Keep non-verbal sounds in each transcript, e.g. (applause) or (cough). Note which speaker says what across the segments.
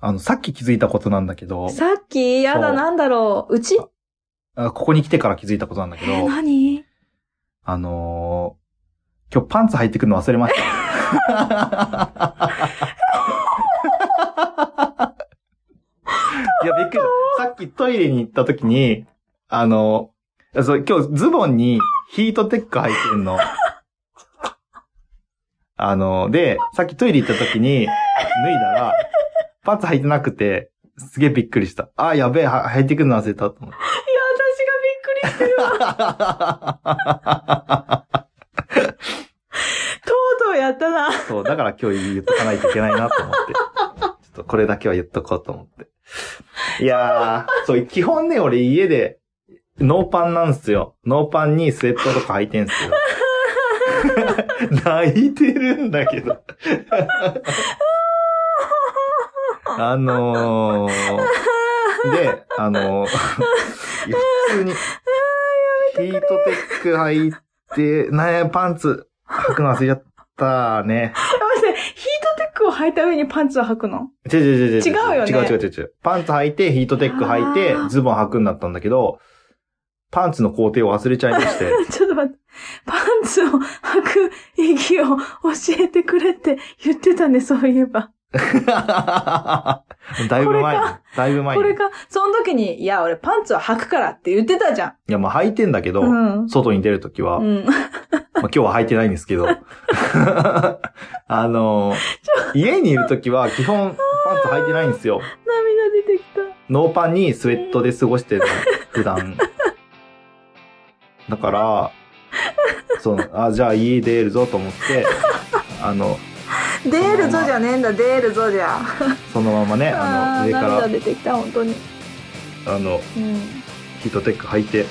Speaker 1: あの、さっき気づいたことなんだけど、
Speaker 2: さっき、やだ、
Speaker 1: そう
Speaker 2: なんだろう。うち
Speaker 1: あここに来てから気づいたことなんだけ
Speaker 2: え、
Speaker 1: ど、
Speaker 2: 何
Speaker 1: あのー今日パンツ履いてくるの忘れました。いや、びっくりした。さっきトイレに行った時に、あのーそう今日ズボンにヒートテック履いてるの。あのーで、さっきトイレ行った時に、脱いだら、パンツ履いてなくて、すげえびっくりした。あー、やべえ、は履いてくるの忘れたと思って
Speaker 2: いや、私がびっくり。とうとうやったな。 (laughs)
Speaker 1: そう、だから今日言っとかないといけないなと思って。ちょっとこれだけは言っとこうと思って。いやー、そう、基本ね、俺家で、ノーパンなんすよ。ノーパンにスウェットとか履いてんすよ。 (laughs) 泣いてるんだけど。あのー、で、あのー、いや普通に、ヒートテック履いて、なんや、パンツ履くの忘れちゃったね。
Speaker 2: 待って、ヒートテックを履いた上にパンツを履くの (laughs)
Speaker 1: 違う違う違う。
Speaker 2: 違うよね
Speaker 1: 違う違う違う違う。パンツ履いて、ヒートテック履いて
Speaker 2: あー、
Speaker 1: ズボン履くんだったんだけど、パンツの工程を忘れちゃいま
Speaker 2: (laughs)
Speaker 1: して。
Speaker 2: ちょっと待って。パンツを履く意義を教えてくれって (laughs) 言ってたね、そういえば。
Speaker 1: だいぶ前に
Speaker 2: これ。
Speaker 1: だいぶ前
Speaker 2: こ
Speaker 1: に。
Speaker 2: れ
Speaker 1: い
Speaker 2: か、その時に、いや、俺パンツを履くからって言ってたじゃん。
Speaker 1: や、まあ履いてんだけど、
Speaker 2: うん。
Speaker 1: 外に出るときは、
Speaker 2: う
Speaker 1: まあ
Speaker 2: ん。
Speaker 1: 今
Speaker 2: (laughs)
Speaker 1: 日は履いてないんですけど、あの、家にいるときは基本パンツ履いてないんですよ。
Speaker 2: 涙出てきた。
Speaker 1: ノーパンにスウェットで過ごしてるの、普段。だから、その、あ、じゃあ家出るぞと思って、あの、
Speaker 2: 出るぞじゃねえんだ、出るぞじゃ。
Speaker 1: そのままね、あの、
Speaker 2: あー
Speaker 1: 上か
Speaker 2: 涙出てきた、本当に。
Speaker 1: ら、あの、
Speaker 2: うん。
Speaker 1: ヒートテック履いて。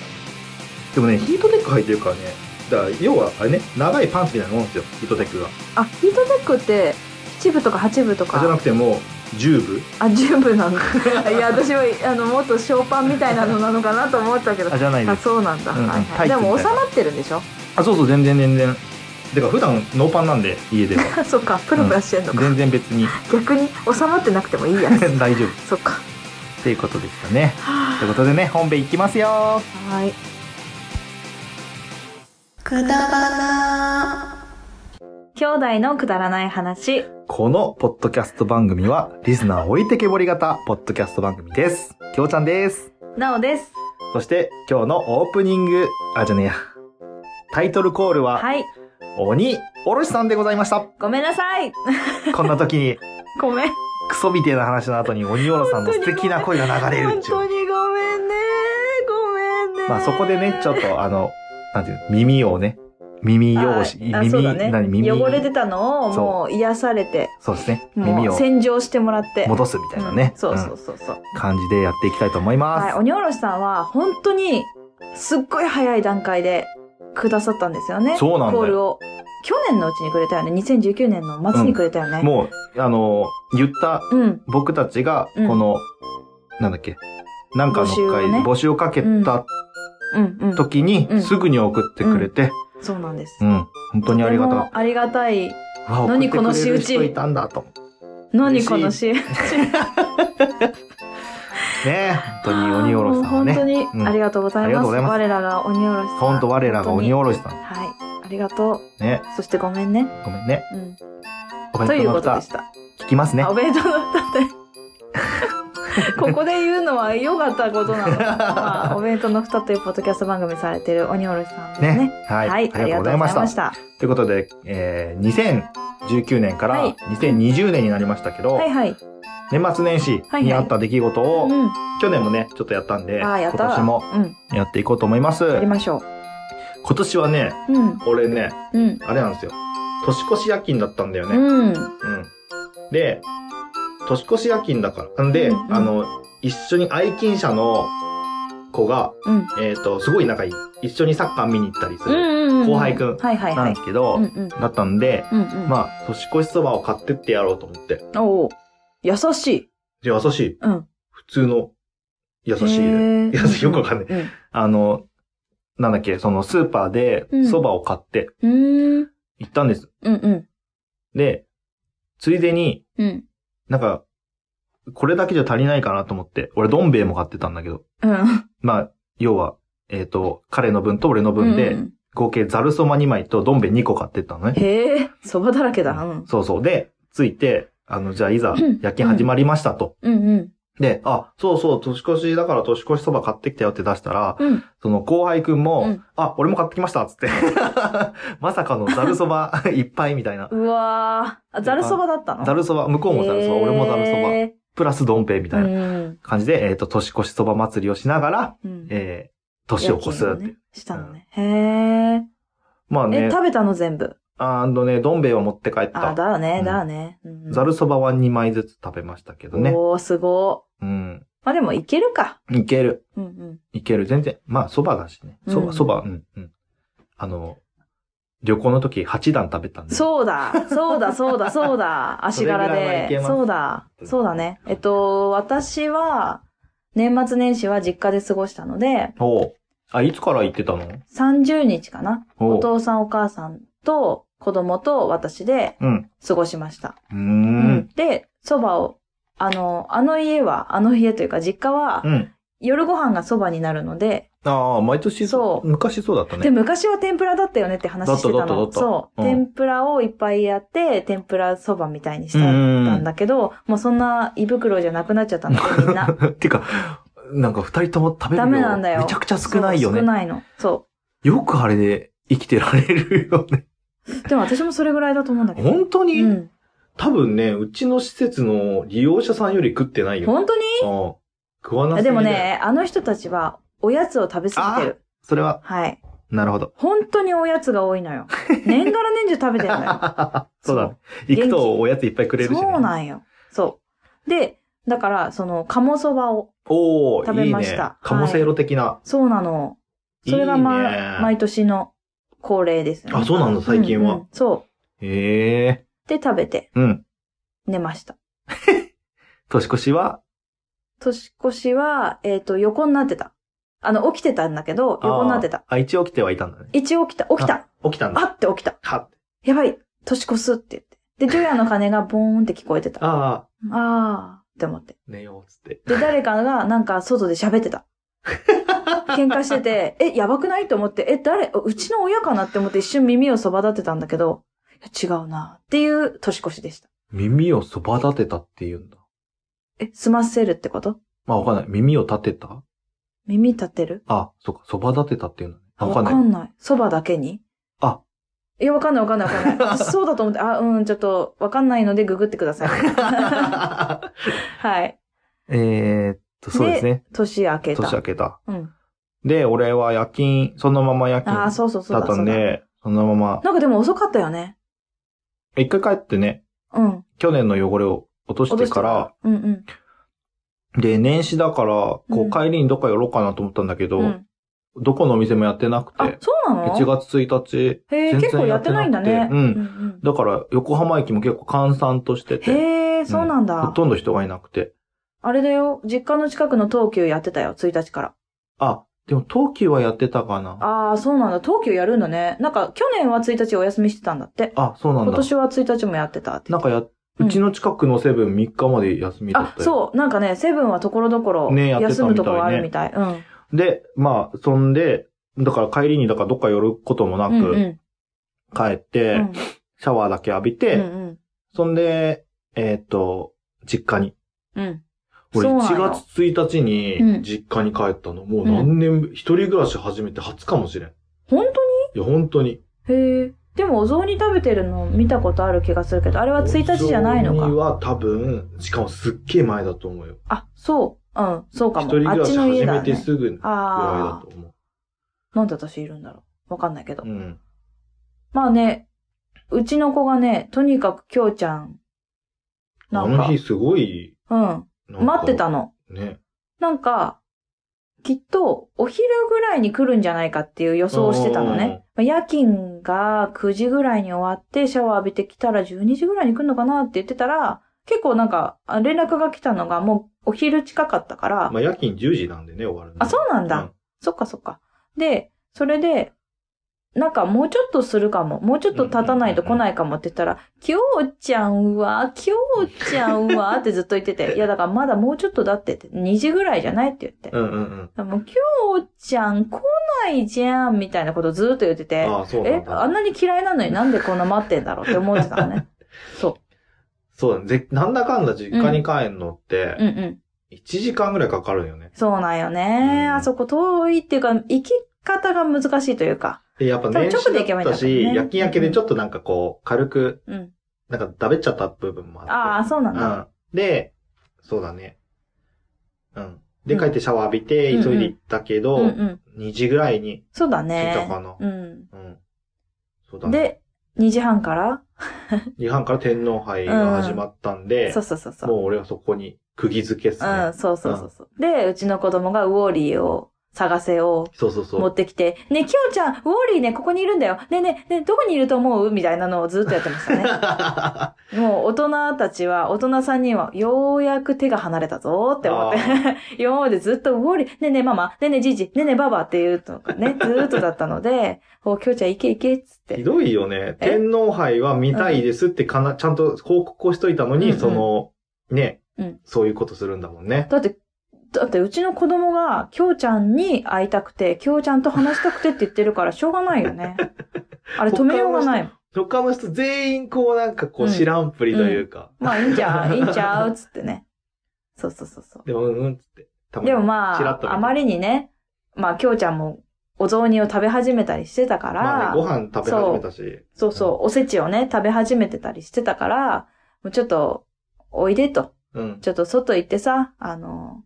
Speaker 1: でもね、ヒートテック履いてるからね、だから、要は、あれね、長いパンツみたいなもんですよ、ヒートテックが。
Speaker 2: あ、ヒートテックって、7部とか8部と
Speaker 1: あじゃな
Speaker 2: か、
Speaker 1: くてもう、10部。
Speaker 2: あ、10部なんだ。 (laughs) いや、私は、あの、もっとショーパンみたいなのなのかなと思ったけど
Speaker 1: あ、。じゃない
Speaker 2: あ、
Speaker 1: です。
Speaker 2: そうなんだ。
Speaker 1: うん
Speaker 2: はい
Speaker 1: タ
Speaker 2: は
Speaker 1: イ
Speaker 2: い。
Speaker 1: ツ
Speaker 2: でも
Speaker 1: み
Speaker 2: 収
Speaker 1: たい
Speaker 2: まってるんでしょ (laughs)
Speaker 1: あ、そうそう、全然全然。てか、普段ノーパンなんで、家 (laughs) では。
Speaker 2: あそっか、プルプラしてんのか。
Speaker 1: 全然別に
Speaker 2: 逆に収まってなくてもいいやつ。
Speaker 1: (laughs) 大丈夫。
Speaker 2: (laughs) そっか。
Speaker 1: っていうことでしたね。
Speaker 2: は
Speaker 1: ということでね、本編いきますよ
Speaker 2: ーい。
Speaker 3: くだばな
Speaker 2: 兄弟のくだらない話。
Speaker 1: このポッドキャスト番組は、リスナー置いてけぼり型ポッドキャスト番組です。きょうちゃんです。
Speaker 2: なおです。
Speaker 1: そして、今日のオープニング、あ、じゃねえや。タイトルコールは、
Speaker 2: はい。
Speaker 1: 鬼おろしさんでございました。
Speaker 2: ごめんなさい。 (laughs)
Speaker 1: こんな時に、 (laughs)
Speaker 2: ごめん。
Speaker 1: クソみてえな話の後に鬼おろさんの素敵な声が流れるっ
Speaker 2: 本
Speaker 1: ちゅう
Speaker 2: 当。にごめんね。ごめんね。
Speaker 1: まあそこでね、ちょっとあの、なんていうの、耳をね、耳用
Speaker 2: あ
Speaker 1: 紙、
Speaker 2: あ
Speaker 1: 耳、
Speaker 2: そうだね
Speaker 1: 何、耳、
Speaker 2: 汚れてたのを
Speaker 1: そう
Speaker 2: もう癒されて、
Speaker 1: そうですね。耳
Speaker 2: もう
Speaker 1: を
Speaker 2: 洗浄してもらって。
Speaker 1: 戻すみたいなね、
Speaker 2: うんそうそ
Speaker 1: ん
Speaker 2: うそうそう。
Speaker 1: 感じでやっていきたいと思います。
Speaker 2: はい、鬼おろしさんは本当にすっごい早い段階でくださったんですよね。
Speaker 1: そうなんだよ
Speaker 2: コールを。去年のうちにくれたよね。2019年の末にくれたよね。
Speaker 1: もう、あの、言った
Speaker 2: うん。うん。
Speaker 1: 僕たちが、
Speaker 2: うん
Speaker 1: この、なんだっけ、なんかの
Speaker 2: 募集を
Speaker 1: 回、
Speaker 2: ね
Speaker 1: 募集をかけた
Speaker 2: うんうん
Speaker 1: 時に
Speaker 2: う、ん
Speaker 1: すぐに送ってくれて、
Speaker 2: そうなんです。
Speaker 1: うん、本当にありがた
Speaker 2: とてもありがたい。
Speaker 1: うわ
Speaker 2: 何この
Speaker 1: 送ってくれる人
Speaker 2: 仕打ち
Speaker 1: いたんだと思って。
Speaker 2: 何このし。
Speaker 1: ね本当に鬼おろしさんは
Speaker 2: もう
Speaker 1: ね。
Speaker 2: 本当
Speaker 1: うん
Speaker 2: にありがとうござい
Speaker 1: ありが
Speaker 2: ま
Speaker 1: とうご
Speaker 2: す。
Speaker 1: ざいます
Speaker 2: 我らが鬼おろしさん。
Speaker 1: 本当我らが鬼おろしさん。
Speaker 2: はい。ありがとう。
Speaker 1: ね、
Speaker 2: そしてごめんね。
Speaker 1: ごめんね。
Speaker 2: うん。
Speaker 1: お弁当
Speaker 2: という
Speaker 1: の
Speaker 2: こと
Speaker 1: 歌
Speaker 2: でし、た。
Speaker 1: 聞きますね
Speaker 2: あお。弁当の歌
Speaker 1: (laughs)
Speaker 2: って。ここで言うのは良かったことなの。
Speaker 1: (laughs)
Speaker 2: まあ、お弁当の蓋というポッドキャスト番組されてる鬼おろしさんですね。
Speaker 1: ね。はい。
Speaker 2: はい、
Speaker 1: ありがとうございました。
Speaker 2: た。
Speaker 1: ということで、えー、2019年か
Speaker 2: は
Speaker 1: ら
Speaker 2: い
Speaker 1: 2020年になりましたけど、
Speaker 2: はいはい。
Speaker 1: 年末年始にあった出来事を、
Speaker 2: うん。
Speaker 1: 去年もね、ちょっとやったんで、
Speaker 2: ああ、や
Speaker 1: 今
Speaker 2: った。
Speaker 1: 年も
Speaker 2: うん。
Speaker 1: やっていこうと思います。
Speaker 2: やりましょう。
Speaker 1: 今年はね、
Speaker 2: うん。
Speaker 1: 俺ね、
Speaker 2: うん。
Speaker 1: あれなんですよ。年越し夜勤だったんだよね。うん。
Speaker 2: うん。
Speaker 1: で、年越し夜勤だから。なんで、
Speaker 2: うんうん
Speaker 1: あの、一緒に愛勤者の子が、
Speaker 2: うん。
Speaker 1: えっ、と、すごい仲いい。一緒にサッカー見に行ったりす
Speaker 2: うん
Speaker 1: る。
Speaker 2: うんうん。
Speaker 1: 後輩くん
Speaker 2: はいはい
Speaker 1: な
Speaker 2: は
Speaker 1: ん
Speaker 2: い
Speaker 1: で。すけど、
Speaker 2: うんうん。
Speaker 1: だったんで、
Speaker 2: うんうん。
Speaker 1: まあ、年越しそばを買ってってやろうと思って。
Speaker 2: あ、おお。優しい。
Speaker 1: で、優しい。
Speaker 2: うん。
Speaker 1: 普通の、優しい
Speaker 2: へ
Speaker 1: ね。
Speaker 2: ー
Speaker 1: 優しい。よくわかんない。
Speaker 2: うん。
Speaker 1: あの、なんだっけ、そのスーパーで
Speaker 2: うん、
Speaker 1: 蕎麦を買って
Speaker 2: うーん。
Speaker 1: 行ったんです。
Speaker 2: うんうん。
Speaker 1: で、ついでに、
Speaker 2: うん。
Speaker 1: なんか、これだけじゃ足りないかなと思って、俺、どん兵衛も買ってたんだけど、
Speaker 2: うん。
Speaker 1: まあ、要は、えっ、と、彼の分と俺の分で、
Speaker 2: うん
Speaker 1: 合計ザルそば2枚とどん兵衛2個買ってったのね。
Speaker 2: へえ、そばだらけだ。うん。
Speaker 1: そうそう。で、ついて、あの、じゃあいざ
Speaker 2: うん、
Speaker 1: 夜勤始まりましたと。
Speaker 2: うんうん。
Speaker 1: で、あ、そうそう、年越しだから年越しそば買ってきたよって出したら、
Speaker 2: うん。
Speaker 1: その後輩くんも、
Speaker 2: うん
Speaker 1: あ、俺も買ってきましたっつって。 (laughs) まさかのざるそば (laughs) いっぱいみたいな。
Speaker 2: うわー。あ、ざるそばだったの
Speaker 1: ざるそば、向こうもざるそば、俺もざるそば、
Speaker 2: へ
Speaker 1: プラスどん兵衛み
Speaker 2: ー
Speaker 1: たいな
Speaker 2: うん
Speaker 1: 感じで、えっ、と、年越しそば祭りをしながら、
Speaker 2: うん。
Speaker 1: えー、年を越すって。
Speaker 2: 夜勤をねしたのね。へえ。
Speaker 1: まあ
Speaker 2: え、
Speaker 1: ね、
Speaker 2: 食べたの全部。
Speaker 1: あのね、どん兵衛は持って帰っ
Speaker 2: あ、
Speaker 1: た。
Speaker 2: だよね
Speaker 1: う、ん
Speaker 2: だよね。うん
Speaker 1: ざるそばは2枚ずつ食べましたけどね。
Speaker 2: おー、すご
Speaker 1: うん。
Speaker 2: い。まあでもいけるか。
Speaker 1: いける。
Speaker 2: うんうん。
Speaker 1: いける。全然。まあ、そばだしね。そ
Speaker 2: うん
Speaker 1: ば、そば、うん、うん。あの、旅行の時8段食べたんで。う。
Speaker 2: そうだ、そうだ、そうだ、そうだ、足柄
Speaker 1: それぐらいはいけ
Speaker 2: で。
Speaker 1: ます
Speaker 2: そうだ、そうだね。えっと、私は、年末年始は実家で過ごしたので、
Speaker 1: おうあ、いつから行ってたの
Speaker 2: 30日かな。
Speaker 1: お
Speaker 2: お
Speaker 1: う
Speaker 2: 父さんお母さんと子供と私で
Speaker 1: うん。
Speaker 2: 過ごしました。
Speaker 1: うーん。
Speaker 2: で、蕎麦を、あの、あの家は、あの家というか実家は、
Speaker 1: うん。
Speaker 2: 夜ご飯が�そばになるので、
Speaker 1: ああ、毎年
Speaker 2: そう
Speaker 1: 昔そうだったね。
Speaker 2: で、昔は天ぷらだったよねって話して
Speaker 1: だ
Speaker 2: た
Speaker 1: っただっ
Speaker 2: の。
Speaker 1: ただった
Speaker 2: そう。
Speaker 1: うん
Speaker 2: 天ぷらをいっぱいやって、天ぷらそばみたいにし
Speaker 1: う
Speaker 2: たん
Speaker 1: ん
Speaker 2: だけど、もうそんな胃袋じゃなくなっちゃ
Speaker 1: (laughs)
Speaker 2: ったんだよ、みんな。
Speaker 1: てか、なんか二人とも食べる量
Speaker 2: ダメなんだよ
Speaker 1: めちゃくちゃ少ないよ
Speaker 2: そう少
Speaker 1: ね。
Speaker 2: ないの。そ
Speaker 1: よくあれで生きてられるよね。
Speaker 2: う。でも私もそれぐらいだと思うんだけど。
Speaker 1: 本当に、
Speaker 2: うん。
Speaker 1: 多分ね、うちの施設の利用者さんより食ってないよ。
Speaker 2: 本当に
Speaker 1: うん食わなす
Speaker 2: あ
Speaker 1: ぎ
Speaker 2: でも
Speaker 1: だよ。
Speaker 2: ね、あの人たちは、おやつを食べ過ぎてる。
Speaker 1: それは、
Speaker 2: はい。
Speaker 1: なるほど。
Speaker 2: 本当におやつが多い
Speaker 1: (laughs)
Speaker 2: のよ。年がら年中食べてるのよ。
Speaker 1: そうだね。行くとおやついっぱいくれるし、ね。
Speaker 2: そうなんよ。そう。で、だから、その、鴨そばを。
Speaker 1: おー、
Speaker 2: 食べま
Speaker 1: い
Speaker 2: した
Speaker 1: い
Speaker 2: は
Speaker 1: ね
Speaker 2: い。
Speaker 1: カモセイロ的な。
Speaker 2: そうなの。それがま、
Speaker 1: いいね
Speaker 2: 毎年の恒例ですね。
Speaker 1: あ、そうなんだ、最近
Speaker 2: うんう
Speaker 1: は。
Speaker 2: んそ
Speaker 1: へえ。
Speaker 2: う。で、食べて
Speaker 1: うん。
Speaker 2: 寝ました。
Speaker 1: 年越しは、
Speaker 2: 年越しは、えっ、と、横になってた。あの、起きてたんだけど、横になってた。
Speaker 1: あー、あ一応起きてはいたんだね。
Speaker 2: 一応起きた、起きた
Speaker 1: 起きたん
Speaker 2: あ
Speaker 1: だ。
Speaker 2: って起きた。
Speaker 1: はっ。
Speaker 2: やばい年越すって言って。で、除夜の鐘がボーンって聞こえてた。あ
Speaker 1: ああ、
Speaker 2: あーって思って。
Speaker 1: 寝ようっつって。
Speaker 2: で、誰かがなんか外で喋っ
Speaker 1: (laughs)
Speaker 2: てた。喧嘩してて、え、やばくないと思って、え、誰、うちの親かなって思って一瞬耳をそば立てたんだけど、いや違うなっていう年越しでした。
Speaker 1: 耳をそば立てたって言うんだ。
Speaker 2: え、済ませるってこと
Speaker 1: まあわかんない。耳を立てた
Speaker 2: 耳立てる
Speaker 1: あ、そっか、そば立てたっていうんだね。あ
Speaker 2: わ
Speaker 1: わか
Speaker 2: か
Speaker 1: んない。
Speaker 2: んない。そばだけに
Speaker 1: あ。
Speaker 2: いや、わかんないわかんないわかん
Speaker 1: (laughs)
Speaker 2: ない。そうだと思って、あ、うん、ちょっと、わかんないのでググってくだ
Speaker 1: (laughs)
Speaker 2: さい。はい。
Speaker 1: えーっと、そうですね。
Speaker 2: 年明けた。
Speaker 1: 年明けた。
Speaker 2: うん。
Speaker 1: で、俺は夜勤、そのまま夜勤
Speaker 2: あ
Speaker 1: だ
Speaker 2: あ、そうそうそう
Speaker 1: っ
Speaker 2: だ。
Speaker 1: たん
Speaker 2: そう
Speaker 1: で、そのまま
Speaker 2: だ、なんかでも遅かったよね。
Speaker 1: 一回帰ってね、
Speaker 2: うん。
Speaker 1: 去年の汚れを落としてから、
Speaker 2: うんうん。
Speaker 1: で、年始だから、こ
Speaker 2: うん
Speaker 1: う帰りにどっか寄ろうかなと思ったんだけど、
Speaker 2: うん
Speaker 1: どこのお店もやってなく
Speaker 2: あ
Speaker 1: て、、
Speaker 2: そうなの
Speaker 1: 1月1日、
Speaker 2: へえ、
Speaker 1: 全然
Speaker 2: 結構やってないんだ
Speaker 1: やっ
Speaker 2: ね。
Speaker 1: てなくて
Speaker 2: ん
Speaker 1: だから横浜駅も結構閑散として
Speaker 2: うん
Speaker 1: て、
Speaker 2: へえ、そうな
Speaker 1: ほ
Speaker 2: んだ。
Speaker 1: とんど人がいなくて。
Speaker 2: あれだよ、実家の近くの東急やってたよ、1日から。
Speaker 1: あ、でも東急はやってたかな。
Speaker 2: ああ、そうなんだ、東急やるんだね。なんか、去年は1日お休みしてたんだって。
Speaker 1: あそうなん
Speaker 2: 今
Speaker 1: だ。
Speaker 2: 年は1日もやってたって
Speaker 1: な。んかや、
Speaker 2: うん
Speaker 1: うちの近くのセブン3日まで休みだっ
Speaker 2: あ、
Speaker 1: たよ。
Speaker 2: そう、なんかね、セブンはところどころ、
Speaker 1: ねやってたみた
Speaker 2: 休
Speaker 1: いね
Speaker 2: むところあるみたい。うん。
Speaker 1: で、まあ、そんで、だから帰りに、だからどっか寄ることもな
Speaker 2: うんう
Speaker 1: く、
Speaker 2: ん。
Speaker 1: 帰って、
Speaker 2: うん
Speaker 1: シャワーだけ浴びて、
Speaker 2: うんうん
Speaker 1: そんで、えーっ、と、実家に。
Speaker 2: うん。
Speaker 1: 俺
Speaker 2: そうな
Speaker 1: 1
Speaker 2: の
Speaker 1: 月1日
Speaker 2: うん
Speaker 1: に実家に帰ったの、もう何年ぶり、一人暮らし始めて初かもしれん。い
Speaker 2: 本
Speaker 1: や、本当に。
Speaker 2: 当にへえ。でも、お雑煮食べてるの見たことある気がするけど、あれは1日じゃないの
Speaker 1: お雑煮
Speaker 2: か。
Speaker 1: は多分、しかもすっげえ前だと思うよ。
Speaker 2: あ、そう。うん、そうか
Speaker 1: 一
Speaker 2: も。
Speaker 1: 人暮
Speaker 2: あっ
Speaker 1: ら
Speaker 2: ち
Speaker 1: し
Speaker 2: の家
Speaker 1: 始
Speaker 2: だ
Speaker 1: めて
Speaker 2: ね。
Speaker 1: すぐぐらい
Speaker 2: あ
Speaker 1: だ
Speaker 2: あ
Speaker 1: と。思
Speaker 2: なんで私いるんだろう。わかんないけど
Speaker 1: う。。うん。
Speaker 2: まあね、うちの子がね、とにかくきょうちゃん、な
Speaker 1: あ
Speaker 2: ん
Speaker 1: の
Speaker 2: か、
Speaker 1: 日すごい、な
Speaker 2: うん
Speaker 1: か
Speaker 2: ん、待ってたの。
Speaker 1: ね。
Speaker 2: なんか、きっと、お昼ぐらいに来るんじゃないかっていう予想をしてたのね。まあ夜勤が9時ぐらいに終わって、シャワー浴びてきたら12時ぐらいに来るのかなって言ってたら、結構なんか、あ連絡が来たのがもうお昼近かったから、
Speaker 1: まあ夜勤10時なんでね、終わるの
Speaker 2: あ、そうなんだ。
Speaker 1: うん
Speaker 2: そっかそっか。で、それで、なんかもうちょっとするかも、もうちょっと経たないと来ないかもって言ったら、きょうちゃんは、きょうちゃんはってずっと言ってて、いやだからまだもうちょっとだってって、2時ぐらいじゃないって言って。
Speaker 1: うんうん
Speaker 2: もうきょうちゃん来ないじゃんみたいなことずっと言って
Speaker 1: う
Speaker 2: て、
Speaker 1: ん。ああ、そうなん
Speaker 2: え、あ
Speaker 1: だ。
Speaker 2: んなに嫌いなのになんでこんな待ってんだろうって思ってたの
Speaker 1: (laughs)
Speaker 2: ね。そ
Speaker 1: そうだねぜ。なんだかんだ実家に帰んのって
Speaker 2: う。う、んうん。
Speaker 1: 1時間ぐらいかかるよね。
Speaker 2: そうなんよね。
Speaker 1: うん
Speaker 2: あそこ遠いっていうか、行き方が難しいというか。
Speaker 1: で、やっぱ
Speaker 2: 多分
Speaker 1: 年
Speaker 2: 直
Speaker 1: 始
Speaker 2: で行けば
Speaker 1: だった
Speaker 2: いいんだけどね
Speaker 1: し、夜勤明けでちょっとなんかこう、軽く、
Speaker 2: うん。
Speaker 1: なんか食べちゃった部分も
Speaker 2: あ
Speaker 1: あっ
Speaker 2: あ、そうな
Speaker 1: て。
Speaker 2: んだ。
Speaker 1: うん。で、そうだね。うん。
Speaker 2: う
Speaker 1: で、
Speaker 2: ん
Speaker 1: 帰ってシャワー浴びて、
Speaker 2: うんうん
Speaker 1: 急いで行ったけ
Speaker 2: う
Speaker 1: ど
Speaker 2: ん、うん。
Speaker 1: 2時ぐらいに
Speaker 2: そうだ
Speaker 1: 着い
Speaker 2: ね
Speaker 1: た。かな。
Speaker 2: うん。
Speaker 1: うん。そうだね。
Speaker 2: で、2時半から
Speaker 1: 2班から天皇杯が始まったんで
Speaker 2: そう、そうそうそう。
Speaker 1: もう俺はそこに釘付けっすね。
Speaker 2: うん、そうそうそうそう。で、うちの子供がウォーリーを探せを
Speaker 1: そうそうそ
Speaker 2: 持
Speaker 1: (laughs)
Speaker 2: っ
Speaker 1: う。
Speaker 2: てきて、ねえ、きよちゃん、ウォーリーね、ここにいるんだよ。ねえねえ、ねえどこにいると思うみたいなのをずっとやってま
Speaker 1: (laughs)
Speaker 2: したね。もう大人たちは、大人3人は、ようやく手が離れたぞって思
Speaker 1: あ
Speaker 2: って、 (laughs) 今までずっとウォーリー、ねえねえママ、ねえねえじいじ、ねえねえばばっていうのがね、ずーっとだったので、お、きよちゃん行け行けっつっ
Speaker 1: ひ
Speaker 2: て。
Speaker 1: どいよね。
Speaker 2: え
Speaker 1: 天皇杯は見たいですってかな、ちゃんと報告をしといたのに、
Speaker 2: うんうん
Speaker 1: その、ね、
Speaker 2: うん
Speaker 1: そういうことするんだもんね。
Speaker 2: だって、だってうちの子供が、きよちゃんに会いたくて、きよちゃんと話したくてって言ってるから、しょうがないよ
Speaker 1: (laughs)
Speaker 2: ね。あれ止めようがないもん。
Speaker 1: 他の人全員こうなんかこ
Speaker 2: う
Speaker 1: うん知らんぷりというか。
Speaker 2: まあ、いいんちゃう、いいんちゃう、つってね。そうそうそうそう。
Speaker 1: でも、うんうんっつって。多分
Speaker 2: でもま
Speaker 1: ちらっと見
Speaker 2: あ、
Speaker 1: て
Speaker 2: あまりにね、まあ、きょうちゃんもお雑煮を食べ始めたりしてたから、
Speaker 1: まあね、ご飯食べ始めたし。
Speaker 2: そうそう、おせちをね、食べ始めてたりしてたから、もうちょっと、おいでと。
Speaker 1: うん。
Speaker 2: ちょっと外行ってさ、あの、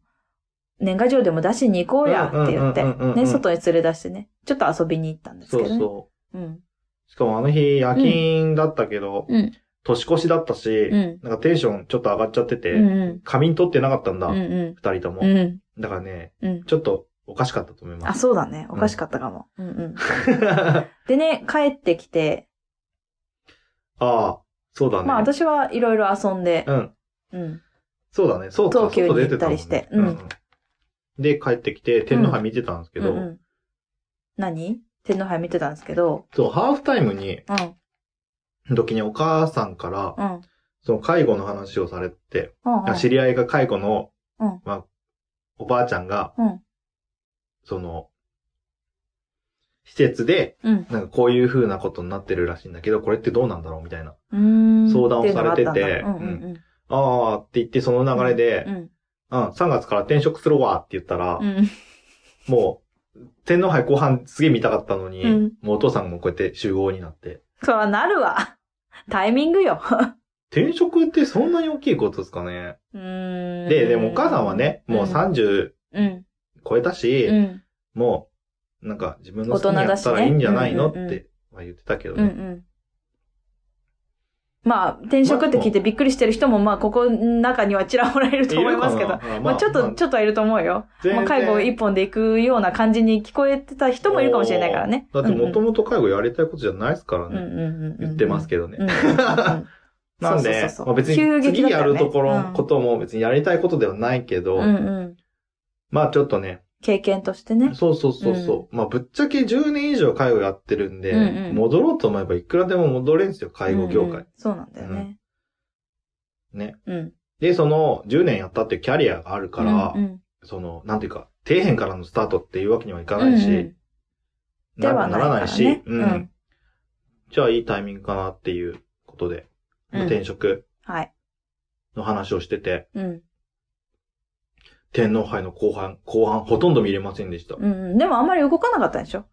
Speaker 2: 年賀状でも出しに行こうやって言って
Speaker 1: うんうんうんうんうん、うん
Speaker 2: ね、外に連れ出してね、ちょっと遊びに行ったんですけ
Speaker 1: そう
Speaker 2: どね。
Speaker 1: そ
Speaker 2: うん。
Speaker 1: う。しかもあの日夜勤だったけど、
Speaker 2: うん。
Speaker 1: 年越しだったし、
Speaker 2: うん。
Speaker 1: なんかテンションちょっと上がっちゃってて、
Speaker 2: うんうん。
Speaker 1: 仮眠取ってなかったんだ、
Speaker 2: う
Speaker 1: 二
Speaker 2: んう
Speaker 1: 人とも、
Speaker 2: ん。うん。
Speaker 1: だからね、
Speaker 2: うん。
Speaker 1: ちょっとおかしかったと思いま
Speaker 2: あ、
Speaker 1: す。
Speaker 2: そうだね。おかしかったかも。うんうん。
Speaker 1: あ
Speaker 2: でね、帰ってきて、
Speaker 1: あ、そうだね。
Speaker 2: まあ私はいろいろ遊んで、
Speaker 1: うん。
Speaker 2: うん。
Speaker 1: そうだね。そうか
Speaker 2: 東急に
Speaker 1: 外出
Speaker 2: 行ったりして
Speaker 1: たもんね
Speaker 2: うん
Speaker 1: うんで、帰ってきて、天皇杯見てたんですけど、
Speaker 2: うんうん、何天皇杯見てたんですけど、
Speaker 1: そう、ハーフタイムに、
Speaker 2: うん、
Speaker 1: 時にお母さんから、
Speaker 2: うん、うん
Speaker 1: その介護の話をされて、
Speaker 2: うん。
Speaker 1: 知り合いが介護の、
Speaker 2: うん
Speaker 1: まあ、おばあちゃんが、
Speaker 2: うん
Speaker 1: その、施設で、
Speaker 2: うん。
Speaker 1: なんかこういう風なことになってるらしいんだけど、これってどうなんだろうみたいな。
Speaker 2: うーん
Speaker 1: 相談をされてて
Speaker 2: っていうのがあったんだうん
Speaker 1: あーって言って、その流れで、
Speaker 2: うんうん。
Speaker 1: うん、3月から転職するわって言ったら、
Speaker 2: うん。 (laughs) うん
Speaker 1: もう、天皇杯後半すげえ見たかったのに、
Speaker 2: うん
Speaker 1: もうお父さんもこうやって集合になって。
Speaker 2: そうはなるわ。タイミングよ。
Speaker 1: 転職ってそんなに大きいことですかね。
Speaker 2: うーん
Speaker 1: で、でもお母さんは、ね、もう30
Speaker 2: うん。
Speaker 1: 超えたし、
Speaker 2: うん。
Speaker 1: もう、なんか自分の好きにやったらいいんじゃないの
Speaker 2: 大人だしね
Speaker 1: ってまあ言ってたけど
Speaker 2: うんう
Speaker 1: ね。
Speaker 2: ん。まあ、転職って聞いてびっくりしてる人も、まあ、ここの中にはちらほらいると思いますけど。まあ、ちょっと、ち
Speaker 1: ょっ
Speaker 2: ょっとはいると思うよ。
Speaker 1: と
Speaker 2: まあ、介護一本で行くような感じに聞こえてた人もいるかもしれないからね。
Speaker 1: だってもと
Speaker 2: も
Speaker 1: もと介護やりたいことじゃないですからね。言ってます
Speaker 2: け
Speaker 1: けどね。
Speaker 2: ど。うんうんうん
Speaker 1: なん
Speaker 2: そうそ
Speaker 1: で
Speaker 2: う、そう
Speaker 1: まあ別
Speaker 2: 急
Speaker 1: に
Speaker 2: 激だ
Speaker 1: 次
Speaker 2: った
Speaker 1: や
Speaker 2: よね
Speaker 1: るところ、
Speaker 2: うん
Speaker 1: ことも別にやりたいことではないけど、
Speaker 2: うんうん
Speaker 1: まあちょっとね、
Speaker 2: 経験としてね。
Speaker 1: そうそうそうそう。まあ、ぶっちゃけ10年以上介護やってるんで、
Speaker 2: うんうん
Speaker 1: 戻ろうと思えばいくらでも戻れんすよ、介護業界。
Speaker 2: うんうんそうなんだよね。
Speaker 1: ね。
Speaker 2: うん。
Speaker 1: で、その10年やったっていうキャリアがあるから、
Speaker 2: うんうん
Speaker 1: その、なんていうか、底辺からのスタートっていうわけにはいかないし、
Speaker 2: うんうんではないからね
Speaker 1: らないし、うん。
Speaker 2: うん
Speaker 1: じゃあいいタイミングかなっていうことで、まあ
Speaker 2: うん
Speaker 1: 転職
Speaker 2: はい。
Speaker 1: の話をしてて、
Speaker 2: うん。
Speaker 1: 天皇杯の後半、後半ほとんど見れませんでした。う
Speaker 2: うんうん。でもあんまり動かなかったでしょ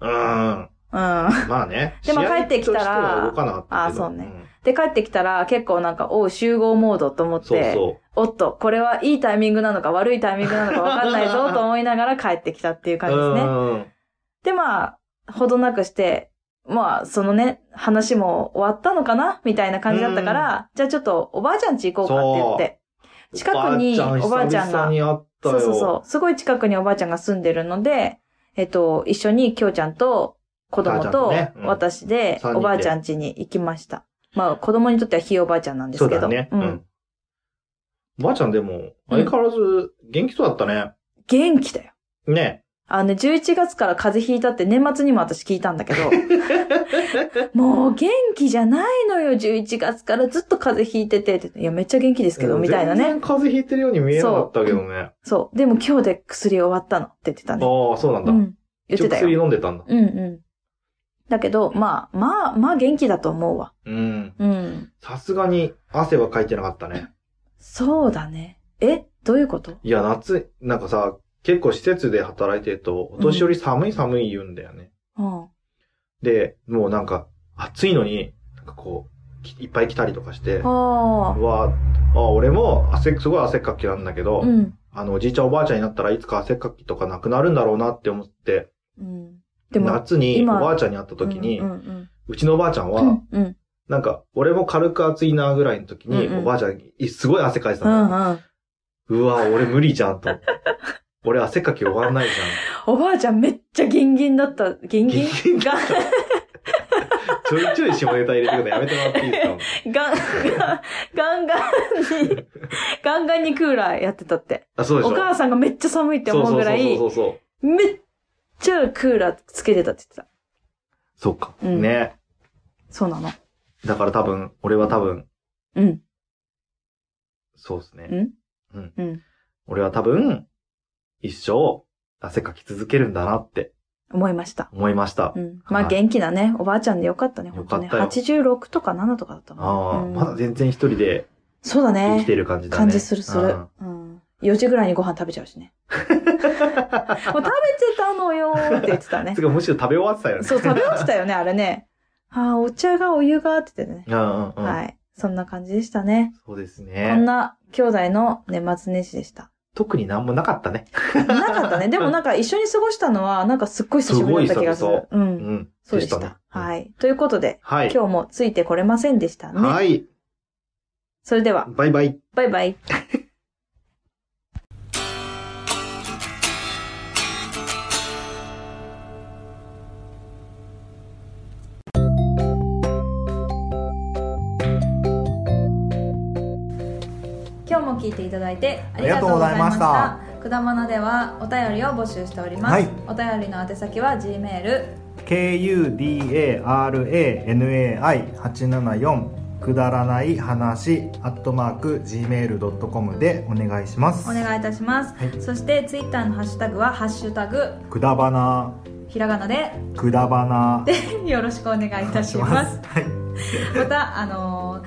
Speaker 1: ーん。
Speaker 2: うん。で、
Speaker 1: まあね。
Speaker 2: でも
Speaker 1: 試合
Speaker 2: 帰ってきたら
Speaker 1: としては動かなかったけど
Speaker 2: あそうね帰ってきたら結構なんか、おう、集合モードと思っ
Speaker 1: うんそう
Speaker 2: て、
Speaker 1: そう。
Speaker 2: おっと、これはいいタイミングなのか悪いタイミングなのか分かんないぞと思いながら帰ってきたっていう感じですね。で、まあ、ほどなくして、まあ、そのね、話も終わったのかなみたいな感じだったから、じゃあちょっとおばあちゃん家行こうかって
Speaker 1: うん。
Speaker 2: 近くにおばあちゃん
Speaker 1: 久
Speaker 2: が
Speaker 1: 々に会った
Speaker 2: 言っ
Speaker 1: よ。
Speaker 2: て。そうそうそう。すごい近くにおばあちゃんが住んでるので、えっと、一緒にきょうちゃんと子供
Speaker 1: 母
Speaker 2: と
Speaker 1: ちゃんとねうん
Speaker 2: 私で
Speaker 1: 三人で
Speaker 2: おばあちゃん家に行きました。まあ、子供にとってはひいおばあちゃんなんですけ
Speaker 1: そ
Speaker 2: ど。
Speaker 1: うだね。
Speaker 2: う
Speaker 1: うんん。。おばあちゃんでも、相変わらず元気そうだったね。
Speaker 2: 元気だよ。
Speaker 1: ね。
Speaker 2: あのね、11月から風邪ひいたって年末にも私聞いたん
Speaker 1: (laughs)
Speaker 2: だけど、もう元気じゃないのよ、11月からずっと風邪ひいててって、いや、めっちゃ元気ですけど、みたいな
Speaker 1: 全
Speaker 2: ね
Speaker 1: 然。風邪ひいてるように見えなかったけどね。
Speaker 2: そう。でも今日で薬終わったのって言ってたね。
Speaker 1: ああ、そうなん
Speaker 2: う
Speaker 1: だ。
Speaker 2: ん。言っ
Speaker 1: 一応
Speaker 2: てたよ
Speaker 1: 薬。飲んでたんだ。
Speaker 2: うんうん。だけど、まあ、まあ、まあ元気だと思うわ。
Speaker 1: うん。
Speaker 2: うん。
Speaker 1: さすがに汗はかいてなかったね。
Speaker 2: そうだね。えどういうこと
Speaker 1: いや、夏、なんかさ、結構施設で働いてると、お年寄り寒い寒い言うんだよね。
Speaker 2: うん。
Speaker 1: で、もうなんか、暑いのに、なんかこう、きいっぱい来たりとかして、
Speaker 2: あ
Speaker 1: うわあ、俺も汗、すごい汗っかきなんだけど、
Speaker 2: あ。うん。
Speaker 1: あの、おじいちゃんおばあちゃんになったらいつか汗っかきとかなくなるんだろうなって思って、
Speaker 2: うん。でも、
Speaker 1: 夏にお
Speaker 2: 今
Speaker 1: ばあちゃんに会った時に、う
Speaker 2: うんうん
Speaker 1: ちのおばあちゃん
Speaker 2: う
Speaker 1: は、
Speaker 2: ん。うんうん。
Speaker 1: なんか、俺も軽く暑いなぐらいの時に、
Speaker 2: うんうん
Speaker 1: おばあちゃんにいすごい汗かいてた
Speaker 2: う
Speaker 1: の。
Speaker 2: んうん。
Speaker 1: うわ俺無理じゃんと (laughs) 思って。俺汗っかき終わんないじ
Speaker 2: おばあちゃんめっちゃギンギンだった。ギン
Speaker 1: ギ
Speaker 2: ギン
Speaker 1: ンギン
Speaker 2: ガン、
Speaker 1: ゃん。ちょいちょい下ネタ入れてくのやめてもらっていい
Speaker 2: (laughs)
Speaker 1: ですか
Speaker 2: ガン、ガン、ガンガンに、ガンガンにクーラーやってたって。
Speaker 1: あ、そうでし
Speaker 2: お
Speaker 1: ょ
Speaker 2: 母さんがめっちゃ寒いって思うぐらい
Speaker 1: そ、うそうそうそうそう。
Speaker 2: めっちゃクーラーつけてたって言ってた。
Speaker 1: そうか。
Speaker 2: うん
Speaker 1: ね。
Speaker 2: そうなの。
Speaker 1: だから多分、俺は多分、
Speaker 2: うん。
Speaker 1: そうですね。
Speaker 2: うん
Speaker 1: うん。
Speaker 2: うん。
Speaker 1: 俺は多分、一生、汗かき続けるんだなって
Speaker 2: 思いました。
Speaker 1: 思いました。
Speaker 2: うん。ま
Speaker 1: は
Speaker 2: あ
Speaker 1: い
Speaker 2: 元気なね、おばあちゃんでよかったね、
Speaker 1: よ
Speaker 2: 本
Speaker 1: か
Speaker 2: 当
Speaker 1: った
Speaker 2: ね。
Speaker 1: よ
Speaker 2: 86とか7とかだったも
Speaker 1: ああ、
Speaker 2: んねうん
Speaker 1: まだ全然一人で
Speaker 2: そうだ
Speaker 1: 生き
Speaker 2: ね。
Speaker 1: てる感じだね。
Speaker 2: 感じするする
Speaker 1: うん。
Speaker 2: うん。4時ぐらいにご飯食べちゃう
Speaker 1: (laughs)
Speaker 2: しね。もう食べてたのよーって言ってたね
Speaker 1: つ。うかむしろ食べ終わってたよね。
Speaker 2: そう、食べましたよね、あれね。ああ、お茶がお湯がって言ってね。
Speaker 1: うんうんうん。
Speaker 2: はい。そんな感じでしたね。
Speaker 1: そうです
Speaker 2: こん
Speaker 1: ね。
Speaker 2: な兄弟の年末年始でした。
Speaker 1: 特になんもなかったね。
Speaker 2: なか
Speaker 1: (laughs)
Speaker 2: ったね。でもなんか一緒に過ごしたのは、なんかすっごい久しぶりだった気がす
Speaker 1: すごい
Speaker 2: る。う。
Speaker 1: うんん。
Speaker 2: そうでし
Speaker 1: ね
Speaker 2: た。はい。ということで、
Speaker 1: はい。
Speaker 2: 今日もついてこれませんでしたね。
Speaker 1: はい。
Speaker 2: それでは、
Speaker 1: バイバイ。
Speaker 2: バイバイ。今日も聞いていただいてありがとうございました
Speaker 1: あ。
Speaker 2: くだまなではお便りを募集しております。
Speaker 1: はい
Speaker 2: お便りの宛先は G メール
Speaker 1: kudaranai874 くだらない話アットマーク gmail.com でお願いします
Speaker 2: お願いいたします。
Speaker 1: はい
Speaker 2: そしてツイッターのハッシュタグはハッシュタグ
Speaker 1: くだばな
Speaker 2: ひらがなで
Speaker 1: くだばな
Speaker 2: でよろしくお願いいたします。
Speaker 1: はい
Speaker 2: またあのー